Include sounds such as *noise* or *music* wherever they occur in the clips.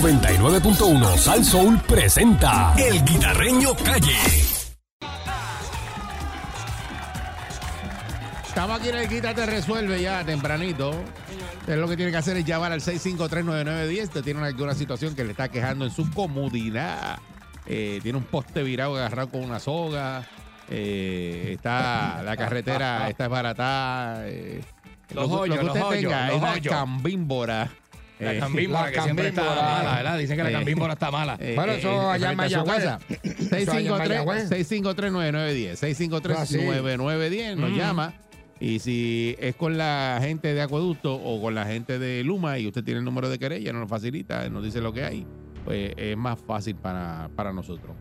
99.1 Sal Soul presenta El Guitarreño Calle. Estamos aquí en el Quita Te Resuelve ya tempranito. Usted lo que tiene que hacer es llamar al 6539910. Usted tiene alguna situación que le está quejando en su comodidad. Eh, tiene un poste virado agarrado con una soga. Eh, está la *laughs* carretera está desbaratada. eh, Los que- hoyos, que usted los hoyos, tenga los es la hoyos. cambímbora. La Eh, cambímbora, la que siempre está cambímbora. mala, ¿verdad? Dicen que la Eh. cambímbora está mala. eh, Bueno, eso eh, allá en frente a su Mayagüez. casa. Eso allá en Mayagüez. Ah, 653-9910. 653-9910 nos Mm. llama. Y si es con la gente de Acueducto o con la gente de Luma y usted tiene el número de querella, nos lo facilita, nos dice lo que hay, pues es más fácil para, para nosotros.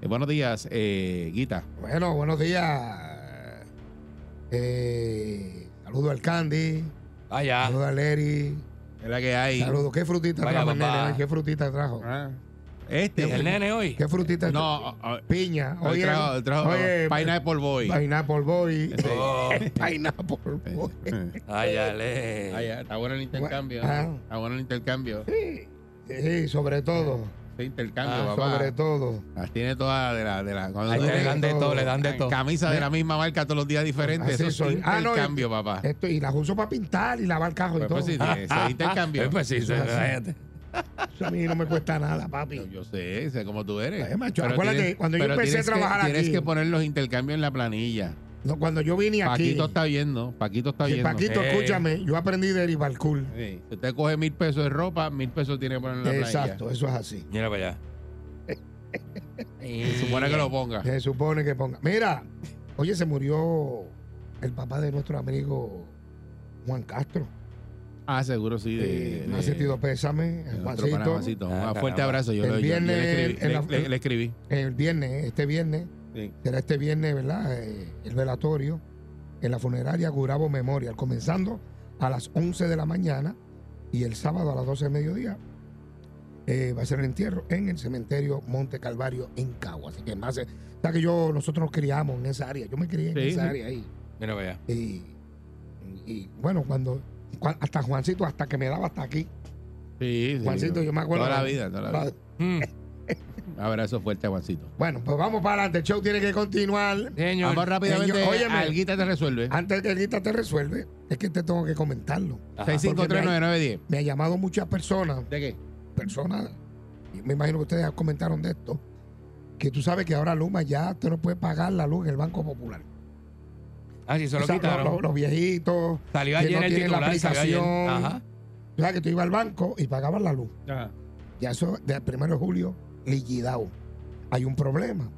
Eh, buenos días, eh, Guita. Bueno, buenos días. Eh, saludo al Candy, Ah. Allá. saludo al Eri. Es la que hay. Saludo. ¿Qué frutita Vaya, trajo el papá. nene? ¿Qué frutita trajo? Ah, Este. El nene hoy. ¿Qué frutita trajo? No, ah, Piña. hoy Oye, trajo, trajo oye, Pineapple Boy. Pineapple Boy. Ese- Oh, Pineapple *laughs* Boy. ay, Ah, ale. ya, está bueno el intercambio. ¿eh? Ah. Está bueno el intercambio. Sí, sobre todo. Ese intercambio, Ah, papá. Sobre todo. Las tiene todas de la. De la cuando Ahí tú te le tienes dan de todo, le dan de todo. camisa de la misma marca todos los días diferentes. Así Eso es soy. Ah, no, intercambio, papá. Esto, y las uso para pintar y lavar cajos y Pues, todo. pues sí, *laughs* tiene- *laughs* ese intercambio. Eh, Pues sí, se- Así. cállate. Ah, Eso a mí no me cuesta nada, papi. Yo sé, sé cómo tú eres. Ay, macho, Pero acuérdate, tienes- cuando yo pero empecé a tienes que- trabajar Tienes aquí- que poner los intercambios en la planilla. No, cuando yo vine aquí. Paquito está viendo. Paquito está Sí, viendo. Paquito, Eh. escúchame, yo aprendí de Eri Balcour. Sí. Si usted coge mil pesos de ropa, mil pesos tiene que poner en la planilla. Exacto, eso es así. Mira para allá. Se supone que lo ponga. Se supone que ponga. Mira, oye, se murió el papá de nuestro amigo Juan Castro. Ah, seguro sí. De, Eh, me ha de- sentido pésame, de nuestro pana Juancito. Juancito. Ah, Un caramba. fuerte abrazo. Yo, El lo- yo- yo viernes le escribí. en le- la- le- le escribí. El viernes, este viernes, Sí. será este viernes, ¿verdad? Eh, el velatorio en la funeraria Gurabo Memorial, comenzando a las 11 de la mañana y el sábado a las 12 del mediodía. eh, va a ser el entierro en el cementerio Monte Calvario en Cagua. Así que más, eh, está que yo, nosotros nos criamos en esa área. Yo me crié en Sí, esa sí. área ahí. Mira para allá. Y, y, bueno, cuando, cua- hasta Juancito, hasta que me daba hasta aquí. Sí, sí. Juancito, yo me acuerdo. Toda la vida, toda la vida. Mm, Abrazo fuerte, Juancito. Bueno, pues vamos para adelante. El show tiene que continuar. Señor. Vamos rápidamente. eh, Señor, óyeme. Ah, Alguita te resuelve. Antes que Guita te resuelve, es que te tengo que comentarlo. Ajá. 6539910. Me ha llamado muchas personas, ¿De qué? personas, y me imagino que ustedes comentaron de esto, que tú sabes que ahora Luma ya te no puede pagar la luz en el Banco Popular. Ah, sí, se lo O sea, quitaron. los, los- los viejitos, salió que ayer no el tienen la titular, salió ayer. aplicación. Ajá. o sea, que tú ibas al banco y pagabas la luz. Ya eso del 1 de julio, liquidado. Hay un problema.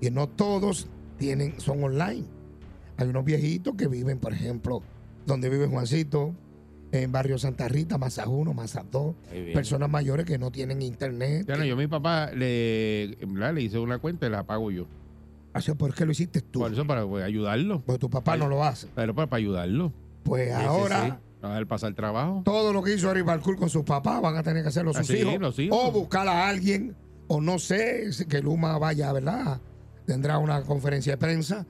Y no todos tienen, son online. Hay unos viejitos que viven, por ejemplo, donde vive Juancito, en barrio Santa Rita, Masa 1, Masa 2. Muy bien. personas mayores que no tienen internet. Ya no, yo a mi papá le, ¿verdad? le hice una cuenta y la pago yo. Así, ¿Por qué lo hiciste tú? Por eso, para pues, ayudarlo. Porque tu papá no lo hace. Pero para, para ayudarlo. Pues sí, ahora, sí. Para dar pasar trabajo. todo lo que hizo Ari Balcour con sus papás van a tener que hacerlo sus Así, hijos, los hijos. O buscar a alguien, o no sé, si- que Luma vaya, ¿verdad? Tendrá una conferencia de prensa,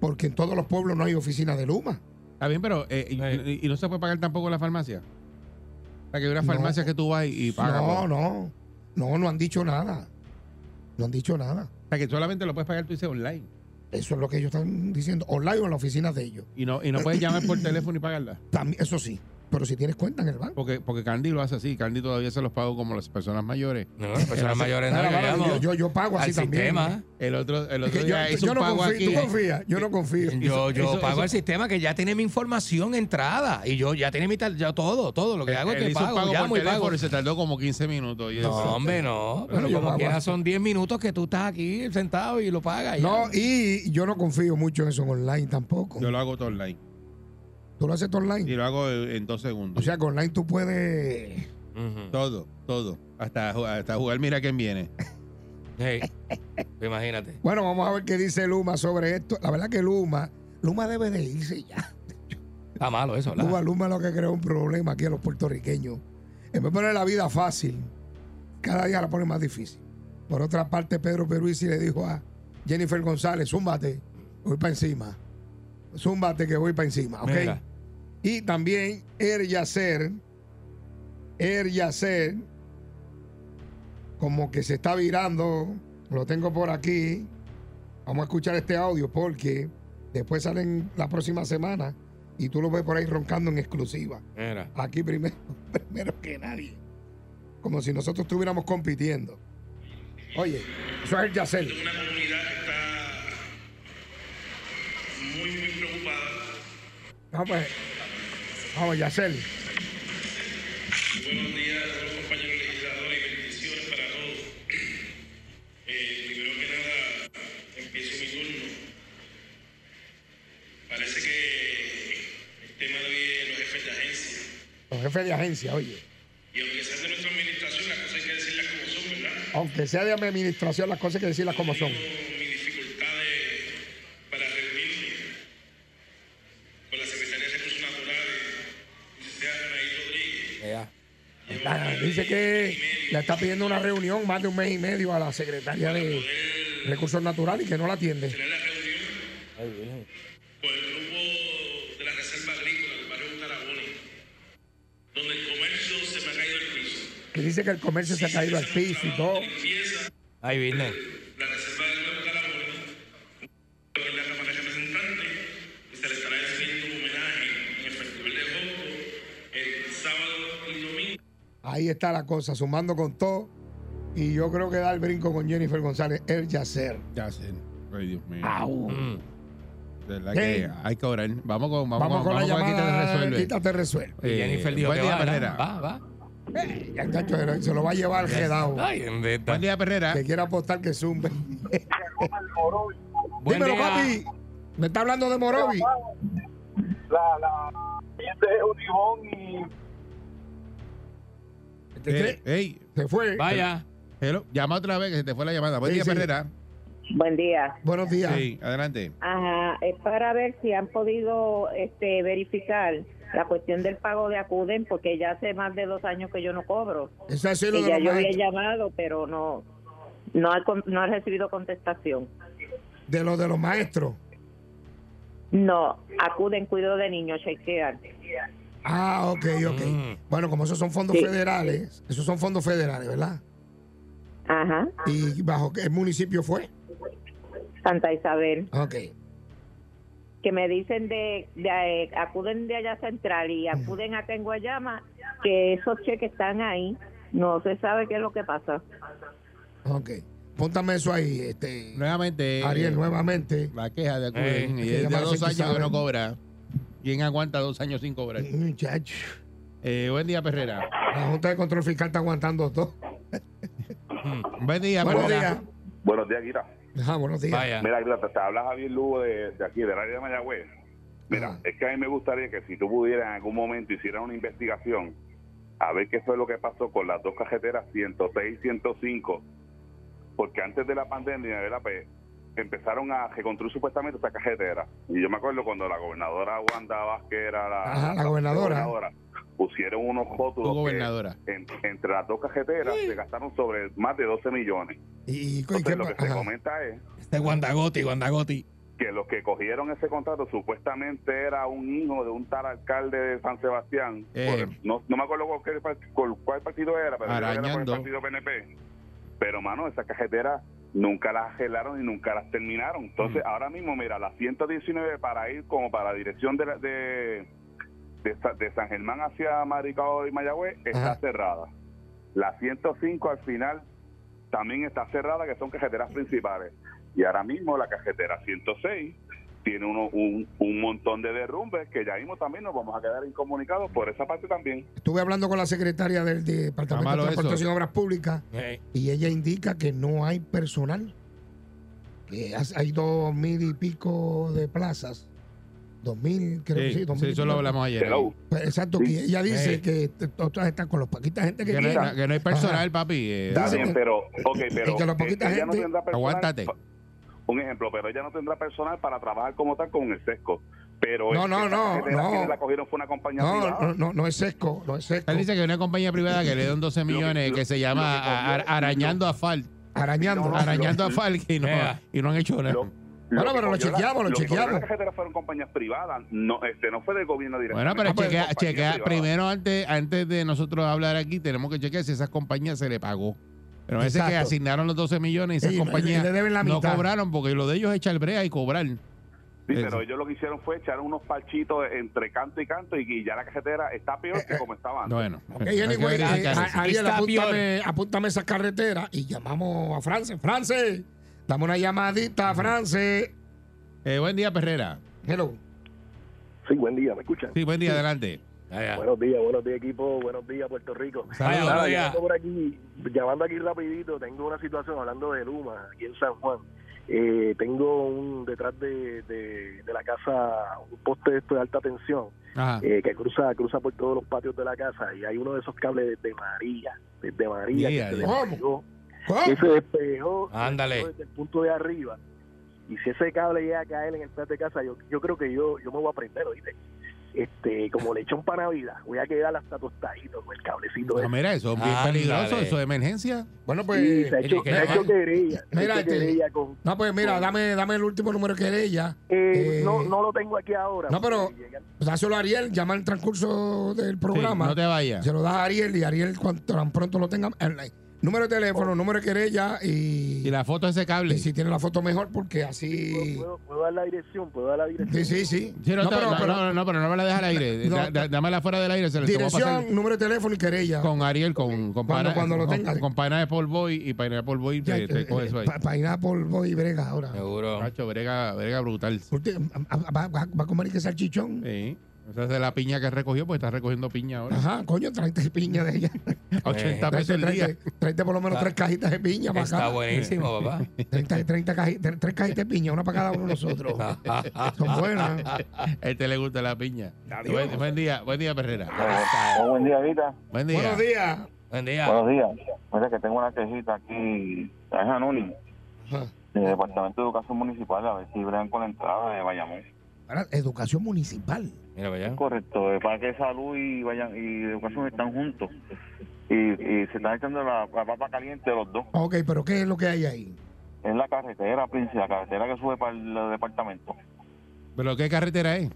porque en todos los pueblos no hay oficina de Luma. Está bien, pero. eh, y- Sí. y, y no se puede pagar tampoco la farmacia? O sea, que hay unas No. farmacias que tú vas y, y pagas. no, por- no, no, no han dicho nada. No han dicho nada. O sea, que solamente lo puedes pagar tú dices online. Eso es lo que ellos están diciendo, online o en la oficina de ellos. Y no, y no puedes llamar por teléfono y pagarla. También, eso sí, pero si tienes cuenta en el banco. Porque, porque Candy lo hace así. Candy todavía se los pago como las personas mayores. No, las personas mayores no, Claro, que claro, llamamos yo, yo, yo pago así al también. ¿eh? sistema. El otro, el Es otro que día yo, hizo yo un no pago confío, aquí. ¿eh? tú confías, yo no confío. Yo, yo eso- pago eso- al sistema que ya tiene mi información entrada y yo ya tiene mi tal, ya todo, todo lo que hago es Él que hizo un pago, pago llamo por y pago. teléfono y se tardó como 15 minutos. Y No, eso- hombre, no, pero yo como pago quiera así. son 10 minutos que tú estás aquí sentado y lo pagas. No, ya. y yo no confío mucho en eso en online tampoco. Yo lo hago todo online. Tú lo haces todo online. Y lo hago en dos segundos. O sea, que online tú puedes. Ujú. todo, todo. Hasta, ju- hasta jugar, mira quién viene. Hey, imagínate. Bueno, vamos a ver qué dice Luma sobre esto. La verdad que Luma, Luma debe de irse ya. Está malo eso, ¿verdad? Luma, Luma es lo que creó un problema aquí a los puertorriqueños. En vez de poner la vida fácil, cada día la pone más difícil. Por otra parte, Pedro Peruisi le dijo a Jennifer González: Zúmbate, voy para encima. Zúmbate que voy para encima, ¿ok? Mira. Y también El Yacer, El Yacer como que se está virando, lo tengo por aquí. Vamos a escuchar este audio porque después salen la próxima semana y tú lo ves por ahí roncando en exclusiva. Mira. Aquí primero, *laughs* primero que nadie. Como si nosotros estuviéramos compitiendo. Oye, eso es el Yacel. una comunidad que está muy, muy preocupada. Vamos, eh. vamos Yacel. Buenos días a todos los compañeros legisladores y bendiciones para todos. Eh, primero que nada, empiezo mi turno. Parece que el tema de hoy es los jefes de agencia. Los jefes de agencia, oye. Y aunque sean de nuestra administración, las cosas hay que decirlas como son, ¿verdad? Aunque sea de mi administración, las cosas hay que decirlas como son. Tengo mis dificultades para reunirme con la Secretaría de Recursos Naturales, licenciada Anaí Rodríguez. Ea. Está- dice que le está pidiendo una reunión más de un mes y medio a la secretaria de Recursos Naturales y que no la atiende. tener la reunión con el grupo de la Reserva Agrícola del barrio Tarabona, donde el comercio se me ha caído el piso. Que dice que el comercio se ha caído al piso y todo. Empieza Ahí viene. la Reserva Agrícola de Tarabona, con la Cámara de Representantes, y se le estará haciendo un homenaje en el Festival de Joco el sábado y domingo. Ahí está la cosa, sumando con todo. Y yo creo que da el brinco con Jennifer González, el yacer. Ya sé. Ay, Dios mío. Au. Mm. De verdad Hey. que hay que orar. Vamos con, vamos, Vamos con la vamos Aquí llamada. te resuelve. Eh, Quítate resuelve. Y Jennifer dijo buen que día, va, Perrera. va, va. Eh, ya, chacho, pero se lo va a llevar el Gedao. Ay, ¿dónde está? Buen día, Perrera. Que quiera apostar que zumbe. Buen Dímelo, día. papi. Me está hablando de Morovi. la, la de Unibón y Eh, hey, Este Se fue. Vaya. hello. Llama otra vez que se te fue la llamada. Buen Sí, día, sí. Perrera. Buen día. Buenos días. Sí, adelante. Ajá, es para ver si han podido este, verificar la cuestión del pago de acuden, porque ya hace más de dos años que yo no cobro. Eso ha sido Y lo de ya los yo había maestros. llamado, pero no no ha, con- no ha recibido contestación. De lo de los maestros. No, acuden, cuido de niños, chequear. Ah, ok, ok. Mm. Bueno, como esos son fondos Sí. federales, esos son fondos federales, ¿verdad? Ajá, ¿Y bajo qué municipio fue? Santa Isabel. Ok. Que me dicen de, de, eh, acuden de allá central y acuden acá en Guayama, que esos cheques están ahí. No se sabe qué es lo que pasa. Ok. Póntame eso ahí, este, Nuevamente. Ariel, nuevamente. La queja de Eh, Acuden. hay y que es de llamar a dos Santi años que Isabel. no cobra. ¿Quién aguanta dos años sin cobrar? Muchacho. Eh, buen día, Perrera. La Junta de Control Fiscal está aguantando todo. Buen día, Buenos Perrera. días. Buenos días, Guira. Ajá, buenos días. Vaya. Mira, Guira, te, te habla Javier Lugo de, de aquí, del área de Mayagüez. Mira, Ajá. es que a mí me gustaría que si tú pudieras en algún momento hicieras una investigación a ver qué fue lo que pasó con las dos cajeteras 106 y 105, porque antes de la pandemia, ¿verdad? Pues, empezaron a reconstruir supuestamente esta cajetera. Y yo me acuerdo cuando la gobernadora Wanda Vázquez era la, Ajá, la gobernadora. pusieron unos Tu rótulos que gobernadora. en- entre las dos cajeteras se gastaron sobre más de 12 millones. ¿Y, y qué- Entonces, qué lo pa- que se ajá. comenta es Este Guandagoti, Guandagoti. que los que cogieron ese contrato supuestamente era un hijo de un tal alcalde de San Sebastián. Eh. por- no, no me acuerdo con qué part- con cuál partido era, pero creo que era por el Arañando. partido PNP. Pero, mano, esas cajeteras nunca las gelaron y nunca las terminaron. Entonces, ahora mismo, mira, la 119 para ir como para la dirección de, la- de, de, Sa- de San Germán hacia Maricao y Mayagüez está Ajá. cerrada. La 105 al final también está cerrada, que son cajeteras principales. Y ahora mismo la cajetera 106 tiene uno, un, un montón de derrumbes que ya mismo también nos vamos a quedar incomunicados por esa parte también. Estuve hablando con la secretaria del Departamento Llámalo de eso. Transportación y Obras Públicas Eh, y ella indica que no hay personal. Que has- hay dos mil y pico de plazas. Dos mil, creo que sí. Sí, Dos mil sí, y eso lo pico. hablamos ayer. Hello. Pues, exacto, Sí. que ella dice Sí. que t- todas están con los paquitas gente que Que no, quiera. hay, que no hay personal, papi. eh, Está Dice bien, que- pero, ok, pero que la poquita ella no gente- tendrá personal Aguántate. pa- Un ejemplo, pero ella no tendrá personal para trabajar como tal con el sesco. Pero No, es- no, esa no, cajetera no. quienes la cogieron fue una compañía No, privada. no, no, no es sesco, no es sesco. Él dice que hay una compañía privada que le dan 12 que- millones que, lo- se llama lo que cogió- Ar- Arañando a Fal, Arañando. No, no, arañando. Arañando a lo- Fal y no, Ea. y no han hecho nada. Lo- Bueno, que pero lo cogió la- chequeamos, lo que cogió chequeamos. La cajetera fueron compañías privadas, no, este, no fue del gobierno Bueno, directamente. pero fue de chequea, compañías chequea privadas. primero antes, antes de nosotros hablar aquí, tenemos que chequear si esas compañías se le pagó. Pero a veces que Exacto. asignaron los 12 millones y esas Y le- compañías le deben la no mitad. cobraron porque lo de ellos es echar brea y cobrar. Sí, Eso. pero ellos lo que hicieron fue echar unos parchitos entre canto y canto y, y ya la carretera está peor que como estaba antes. Bueno, Ok, hay que anyway, eh, verificar a- eso. Ariel, Está apúntame, apúntame esa carretera y llamamos a France. France, dame una llamadita, France. ah. Eh, buen día, Perrera. Hello. Sí, buen día, ¿me escuchan? Sí, buen día, adelante. Allá. Buenos días, buenos días, equipo. Ah. Buenos días, Puerto Rico. Saludos. Nada, Vaya. llamando por aquí, llamando aquí rapidito, tengo una situación hablando de Luma, aquí en San Juan. Eh, tengo un detrás de, de, de la casa un poste de, esto de alta tensión Ajá. eh, que cruza cruza por todos los patios de la casa y hay uno de esos cables de María, desde María, Día, que se día. despegó, ¿Cómo? que se despegó Ándale. desde el punto de arriba. Y si ese cable llega a caer en el plan de casa, yo, yo creo que yo, yo me voy a prender, ¿oíste? Este, como lechón para Navidad, voy a quedar hasta tostadito con el cablecito. Ah, ese. mira, eso es bien Ándale. peligroso, eso de emergencia. Bueno, Sí, pues. se ha hecho, que se ha nada hecho más. querella. se ha Mira, hecho este- querella con- No, pues mira, dame, dame el último número que querella. eh, Eh, no, no lo tengo aquí ahora. No, pero- porque llega- Pues dáselo a Ariel, llama al transcurso del Sí, programa. no te vayas. Se lo das a Ariel y Ariel, cuanto tan pronto lo tenga. el- el número de Oh. teléfono, número de querella y, Y la foto de ese cable. y si tiene la foto mejor, porque así. ¿Puedo, puedo dar la dirección, puedo dar la dirección. Sí, sí, sí. Sí, no, No, te- pero- no, pero- no, no, pero no me la deja al aire. No. Da- da- dámela fuera del aire. Se le va a pasar Dirección, número de teléfono y querella. con Ariel, con, con, Cuando- pana- cuando lo con- tengas. con pana de Paul Boy y pana de Paul Boy pues, Ya, te, te eh, coge eso ahí. pa- Pineapple Boy Brega ahora. Seguro. Cacho, brega, brega brutal. Usted, a- a- Va, va- va a comer y que salchichón. Sí. Esa es de la piña que recogió, pues está recogiendo piña ahora. *laughs* Ajá, coño, tráete piña de ella. A 80 pesos Tráete, el día. tráete- tráete por lo menos Está- tres cajitas de piña para Está acá. buenísimo, *laughs* papá. 30, 30 caji- tre- tres cajitas de piña, una para cada uno de *laughs* nosotros. Son buenas. A este le gusta la piña. Adiós. Buen, buen día, buen día, Perrera. buen día, Guita. Buen día. Buenos días. Buen día. Buenos días. Mira que tengo una quejita aquí, es anónimo, Ajá. del Departamento de Educación Municipal, a ver si bregan con la entrada de Bayamón. Ahora, educación municipal. Mira, vaya. Correcto, eh, para que salud y, Baya- y educación están juntos. Y, y se están echando la, la papa caliente de los dos. Ok, pero ¿qué es lo que hay ahí? Es la carretera, Prince, la carretera que sube para el eh, departamento. ¿Pero qué carretera es?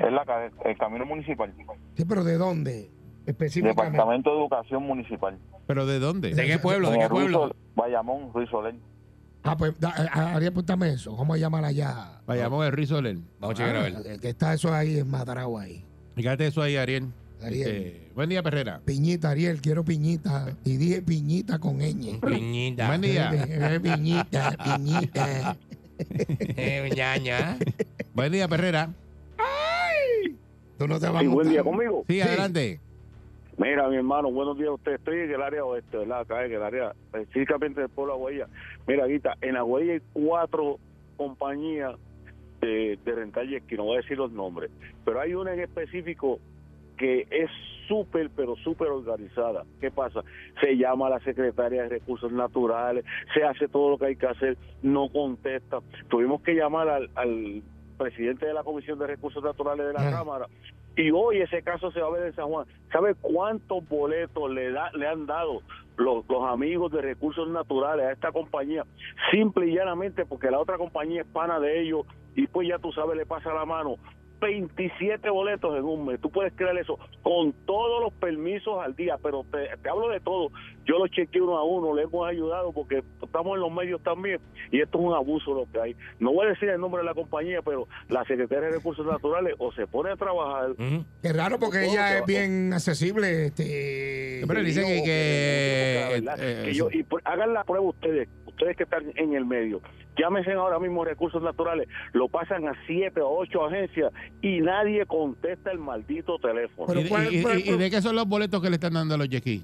Es la, carre- el camino municipal. Sí, pero ¿de dónde? Específicamente. Departamento de Educación Municipal. ¿Pero de dónde? ¿De qué pueblo? ¿De qué Eh, pueblo? Ruiz Sol- Bayamón, Ruiz Soler. Ah, pues, da- a- a- Ariel, apúntame eso. Vamos a llamar allá. Vayamos a Ruiz Soler. Vamos a checar a ver. Ah, que está eso ahí en Mataragua ahí. Fíjate eso ahí, Ariel. Ariel. Este, buen día, Perrera. Piñita, Ariel, quiero piñita. Y dije piñita con ñ. Piñita. Buen día. Eh, piñita, piñita. Eh, ñaña. Buen día, Perrera. Tú no te vas a Sí, buen montar. día conmigo. Sí, adelante. Mira, mi hermano, buenos días a usted. Estoy en el área oeste, ¿verdad? Acá en el área específicamente del pueblo Agüella. Mira, Guita, en Agüella hay cuatro compañías de, de rental jet que no voy a decir los nombres, pero hay una en específico que es súper, pero súper organizada. ¿Qué pasa? Se llama a la secretaria de Recursos Naturales, se hace todo lo que hay que hacer, no contesta. Tuvimos que llamar al, al presidente de la Comisión de Recursos Naturales de la Ah. Cámara y hoy ese caso se va a ver en San Juan. ¿Sabe cuántos boletos le, da- le han dado los, los amigos de recursos naturales a esta compañía? Simple y llanamente porque la otra compañía es pana de ellos y pues ya tú sabes, le pasa la mano. 27 boletos en un mes, tú puedes creer eso, con todos los permisos al día, pero te, te hablo de todo, yo los chequeé uno a uno, le hemos ayudado porque estamos en los medios también y esto es un abuso lo que hay. No voy a decir el nombre de la compañía, pero la Secretaría de Recursos Naturales o se pone a trabajar Mm. Qué raro porque ella es bien accesible. Este, Pero dice que- digo, que- la verdad, eh, que eh, yo- y por- hagan la prueba ustedes, ustedes que están en el medio. Llámense ahora mismo recursos naturales, lo pasan a siete o ocho agencias y nadie contesta el maldito teléfono. Pero ¿Y, y- cuál- y- cuál- y- y de qué son los boletos que le están dando a los yequis?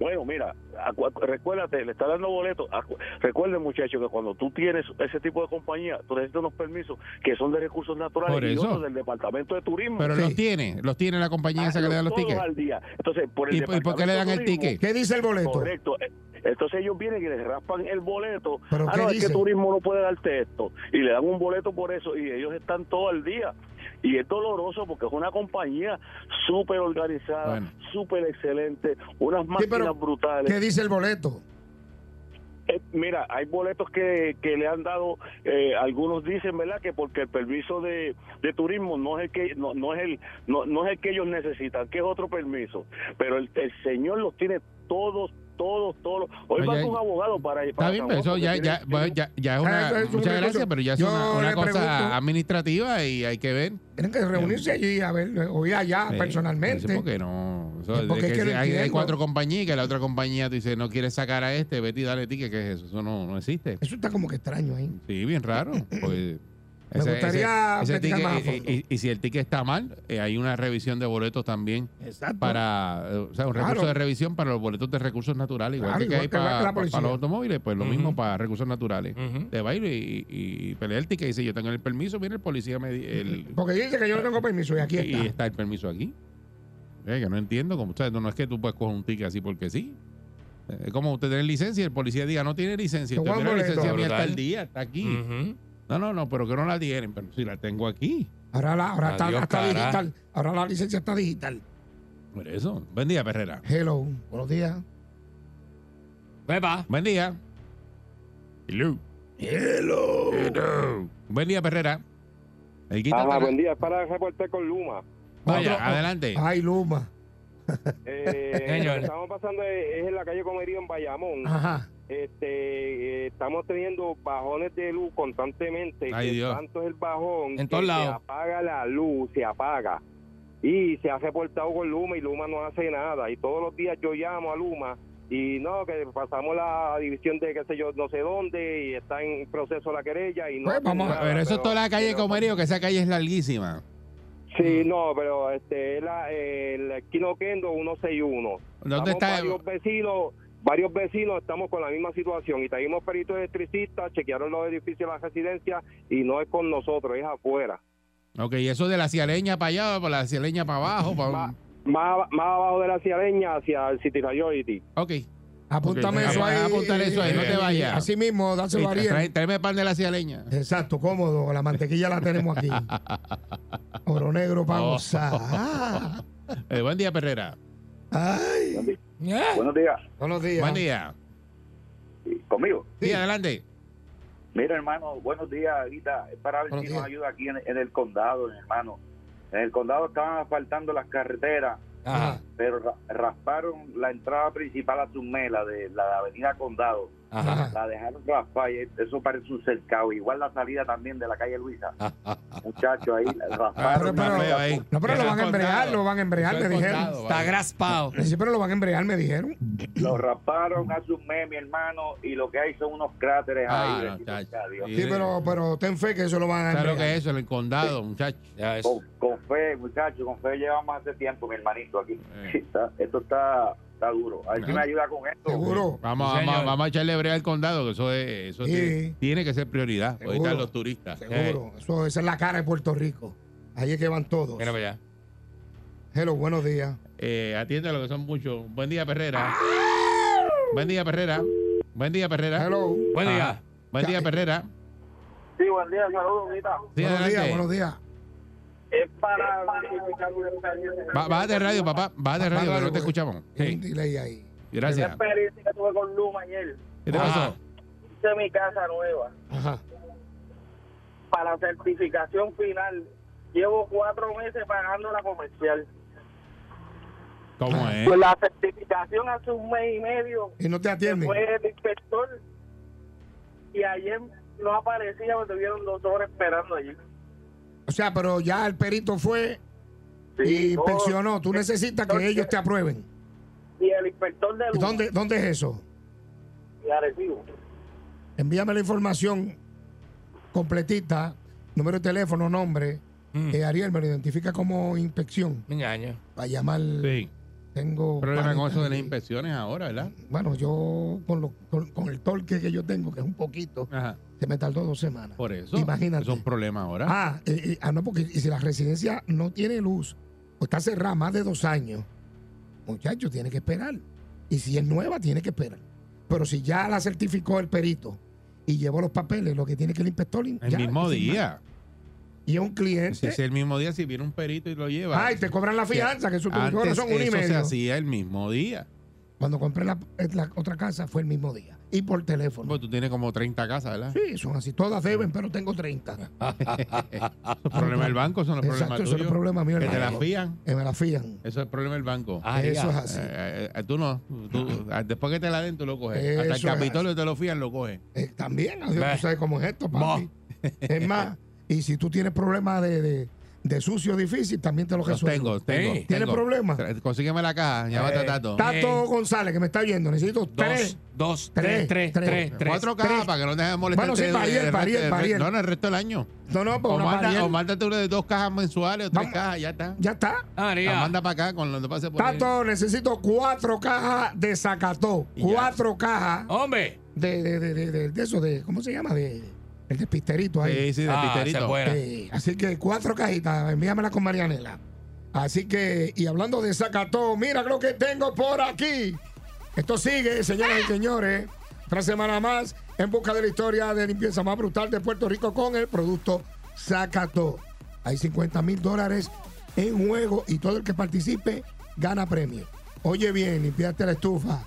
Bueno, mira, acu- acu- recuérdate, le está dando boletos. Acu- Recuerden, muchachos, que cuando tú tienes ese tipo de compañía, tú necesitas unos permisos que son de recursos Por naturales y eso. otros del Departamento de Turismo. Pero Sí. los tiene, los tiene la compañía Ah, esa que le da los todos tickets. al día. Entonces, por el ¿Y, por- y por qué le dan el Departamento de Turismo, ticket? ¿Qué dice el boleto? Correcto. Eh, Entonces ellos vienen y les raspan el boleto. ¿Pero ah, qué no, es dice? que turismo no puede darte esto. Y le dan un boleto por eso y ellos están todo el día. Y es doloroso porque es una compañía súper organizada, Bueno. súper excelente, unas Sí, máquinas pero, brutales. ¿Qué dice el boleto? Eh, mira, hay boletos que, que le han dado, eh, algunos dicen, ¿verdad? Que porque el permiso de, de turismo no es el que no, no es el no, no es el que ellos necesitan, que es otro permiso. Pero el, el señor los tiene todos todos, todos. Hoy Oye, va con un abogado para ir Está bien, pero eso ya, ya, bueno, ya, ya es una. Ah, eso es un muchas negocio. gracias, pero ya es Yo una, una le cosa pregunto- administrativa y hay que ver. Tienen que reunirse allí a ver, o ir allá eh, Ah, personalmente. no sé por qué no. Eso Sí, es porque que es que lo hay, hay entiendo. cuatro compañías y que la otra compañía te dice, no quieres sacar a este, vete y dale ticket. ¿Qué es eso? Eso no, no existe. Eso está como que extraño ahí. Sí, bien raro. Pues, *laughs* Me gustaría investigar ticket- más a y- fondo. y, y si el ticket está mal, eh, hay una revisión de boletos también Exacto. para, eh, o sea, un recurso Claro. de revisión para los boletos de recursos naturales, igual Claro, que, igual hay que va para, que la para policía. los automóviles, pues lo Ujú. mismo para recursos naturales. Ujú. Te va a ir y, y, y pelea el ticket y dice, yo tengo el permiso, viene el policía me di- *laughs* el, Porque dice que yo no tengo permiso y aquí y está. está. el permiso aquí. Eh, que no entiendo, como ustedes, no, no es que tú puedes coger un ticket así porque sí. Eh, Es como usted tiene licencia y el policía diga, no tiene licencia. Te Usted voy a tiene boleto". licencia mía está Brutal. el día, está aquí. Ujú. No, no, no, pero que no la tienen, pero si la tengo aquí. Ahora, la, ahora está, Adiós, está cara. digital. Ahora la licencia está digital. Por eso. Buen día, Perrera. Hello, buenos días. Pepa. Buen día. Hello. Hello. Buen día, Perrera. El guita Ajá, Perrera. Ah, buen Ah, día, es para reportar con *laughs* Luma. Vaya, Otro- adelante. Ay, Luma. Eh, Señor. lo que estamos pasando eh, es, es en la calle Comerío en Bayamón. Ajá. Este, eh, estamos teniendo bajones de luz constantemente. Ay, que Dios. Tanto es el bajón En que todos lados. se apaga la luz, se apaga. Y se ha reportado con Luma y Luma no hace nada. Y todos los días yo llamo a Luma y no, que pasamos la división de qué sé yo, no sé dónde y está en proceso la querella y no. Pues hacen vamos a nada, Pero eso es pero- toda la calle pero- pues Comerío, que esa calle es larguísima. Sí, no, pero este es la, el Kino Kendo 161. ¿Dónde Estamos está? Varios vecinos, varios vecinos estamos con la misma situación y trajimos peritos electricistas, chequearon los edificios de las residencias y no es con nosotros, es afuera. Ok, y eso de la cialeña para allá, por la cialeña para abajo. Para... Ma- Más, más abajo de la ciareña hacia el City Royalty. Ok. Apúntame Ok, eso a- ahí. apuntar eso ahí, no te vayas. Así mismo, dáselo a Sí, Ariel. trae- Tráeme pan de la cialeña. Exacto, cómodo. La mantequilla la tenemos *laughs* aquí. Oro negro para Oh. *laughs* gozar. Ah. Eh, buen día, Perrera. Ay. Eh. Buenos días, Buenos días. Buen día. conmigo. Sí, adelante. Mira, hermano, buenos días, Guita. Es para ver Buenos si nos días. ayuda aquí en, en el condado, hermano. En el condado estaban asfaltando las carreteras, Ajá. pero ra- rasparon la entrada principal a Tumela, de la avenida Condado. Ajá. La dejaron raspar y eso parece un cercado. Igual la salida también de la calle *laughs* Luisa. Muchachos, ahí Pero, rasparon. Ah, pero- Está feo ahí. no, pero Eso lo es van a embrear, condado. lo van a embrear, Eso me es dijeron. condado, Está vale. graspado. Sí, pero lo van a embrear, me dijeron. Lo rasparon a Tumela, mi hermano, y lo que hay son unos cráteres Ah, ahí. no, bendito chacho. sea Dios. Y- Sí, pero, pero ten fe que eso lo van a ¿Sabes lo embrear. que es eso? En el condado, muchacho. Ya es. Oh. Con, con fe, muchachos, con fe llevamos hace tiempo, mi hermanito, aquí. *laughs* Sí. Está- esto está, está duro. A ver si Eh. Ajá. me ayuda con esto. Seguro. Vamos, Sí, vamos, señor. vamos a echarle brea al condado, que eso, es, eso Sí. tiene, tiene que ser prioridad. Ahorita Seguro. los turistas. Seguro. Eh. Eso, esa es la cara de Puerto Rico. Ahí es que van todos. Mira para allá. Hello, buenos días. Eh, atiende a lo que son muchos. Buen día, Perrera. Buen día, Perrera. Buen día, Perrera. Ah. Hello. eh, Buen Ajá. día. Buen día, Perrera. Sí, buen día, saludos, Guita. Sí, buenos días, adelante. buenos días. Es para verificar una experiencia. Ba- Baja de radio, papá. Baja de radio, Baja de que no radio, te porque- escuchamos. Hay Un Sí, delay ahí. Una gracias. experiencia que tuve con Luma ayer. ¿Qué te Ajá. pasó? Hice mi casa nueva. Ajá. Para certificación final, llevo cuatro meses pagando la comercial. ¿Cómo Ah. ¿Eh? es? Con la certificación hace un mes y medio Y no te atienden. fue el inspector y ayer no aparecía, me tuvieron dos horas esperando allí. O sea, pero ya el perito fue Sí, y no. inspeccionó. Tú necesitas que Entonces- ellos te aprueben. Y el inspector de ¿Y Luma. ¿Dónde, ¿Dónde es eso? Y Arecibo. Envíame la información completita, número de teléfono, nombre. Mm. Eh, Ariel me lo identifica como inspección. Mi ñaño. Para llamar, Sí. tengo... Problema con eso de las panitas y- inspecciones ahora, ¿verdad? Bueno, yo con, lo- con, con el torque que yo tengo, que es un poquito, Ajá. se me tardó dos semanas. Por eso. Imagínate. Es un problema ahora. Ah, eh, eh, ah, no, porque y si la residencia no tiene luz o está cerrada más de dos años, muchacho, tiene que esperar. Y si es nueva, tiene que esperar. Pero si ya la certificó el perito y llevó los papeles, lo que tiene que el inspector. el ya, mismo es día. Y es un cliente. Si es el mismo día, si viene un perito y lo lleva. Ay, te cobran la fianza, que eso, tú- Antes ahora son un y eso se medio. hacía el mismo día. Cuando compré la, la otra casa fue el mismo día. Y por teléfono. Bueno, Pues tú tienes como 30 casas, ¿verdad? Sí, son así. Todas deben, pero tengo 30. Los problemas del banco son los problemas Exacto, eso no es tuyos. problema mío. que te hermano. las fían. Que me la fían. Eso es el problema del banco. Ah, eso ya. es así. Eh, eh, tú no. tú- ah, después que te la den, tú lo coges. Eso Hasta el es Capitolio te lo fían, lo coges. Eh, también, adiós, Bah. tú sabes cómo es esto, papi. Es más, y si tú tienes problemas de, de, de sucio difícil, también te lo Los tengo, resuelvo. tengo. ¿Tienes tengo. problemas? Tra- Consígueme la caja, llámate a Eh, Tato. Tato Bien. González, que me está viendo, necesito tres. Dos, dos, tres, tres, tres, tres. Cuatro cajas para que no te dejes molestar. Bueno, sí, el- pariel, el resto- pariel, el re- pariel. No, no, el resto del año. No, no, por O, una manda- pariel. o mándate una de dos cajas mensuales o tres Vamos. cajas, ya está. Ya está. La María. manda para acá con lo que pase por ahí. Tato, necesito cuatro cajas de Zacató. Y ya. Cuatro cajas Hombre. de, de, de, de, de- de eso, de, ¿cómo se llama? De, el despisterito ahí. Sí, sí, de Ah, Piterito. se fuera. Eh, así que cuatro cajitas, envíamela con Marianela. Así que, y hablando de Zacató, mira lo que tengo por aquí. Esto sigue, señoras y señores. Otra semana más en busca de la historia de limpieza más brutal de Puerto Rico con el producto Zacató. Hay 50 mil dólares en juego y todo el que participe gana premio. Oye bien, limpiaste la estufa,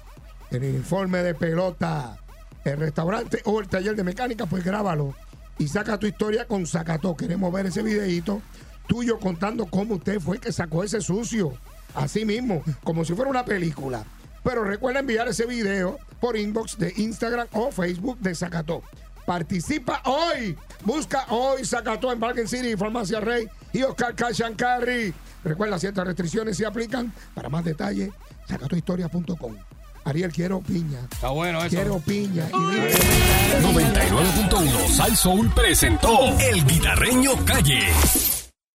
el uniforme de pelota, el restaurante o el taller de mecánica, pues grábalo y saca tu historia con Zacató. Queremos ver ese videíto tuyo contando cómo usted fue que sacó ese sucio. Así mismo, como si fuera una película. Pero recuerda enviar ese video por inbox de Instagram o Facebook de Zacató. Participa hoy. Busca hoy Zacató en Parking City, Farmacia Rey y Oscar Carry. Recuerda, ciertas restricciones se aplican. Para más detalles, zacatohistoria.com. Ariel, quiero piña. Está bueno eso. Quiero piña. Y dile- 99.1 Sal Soul presentó El Guitarreño Calle.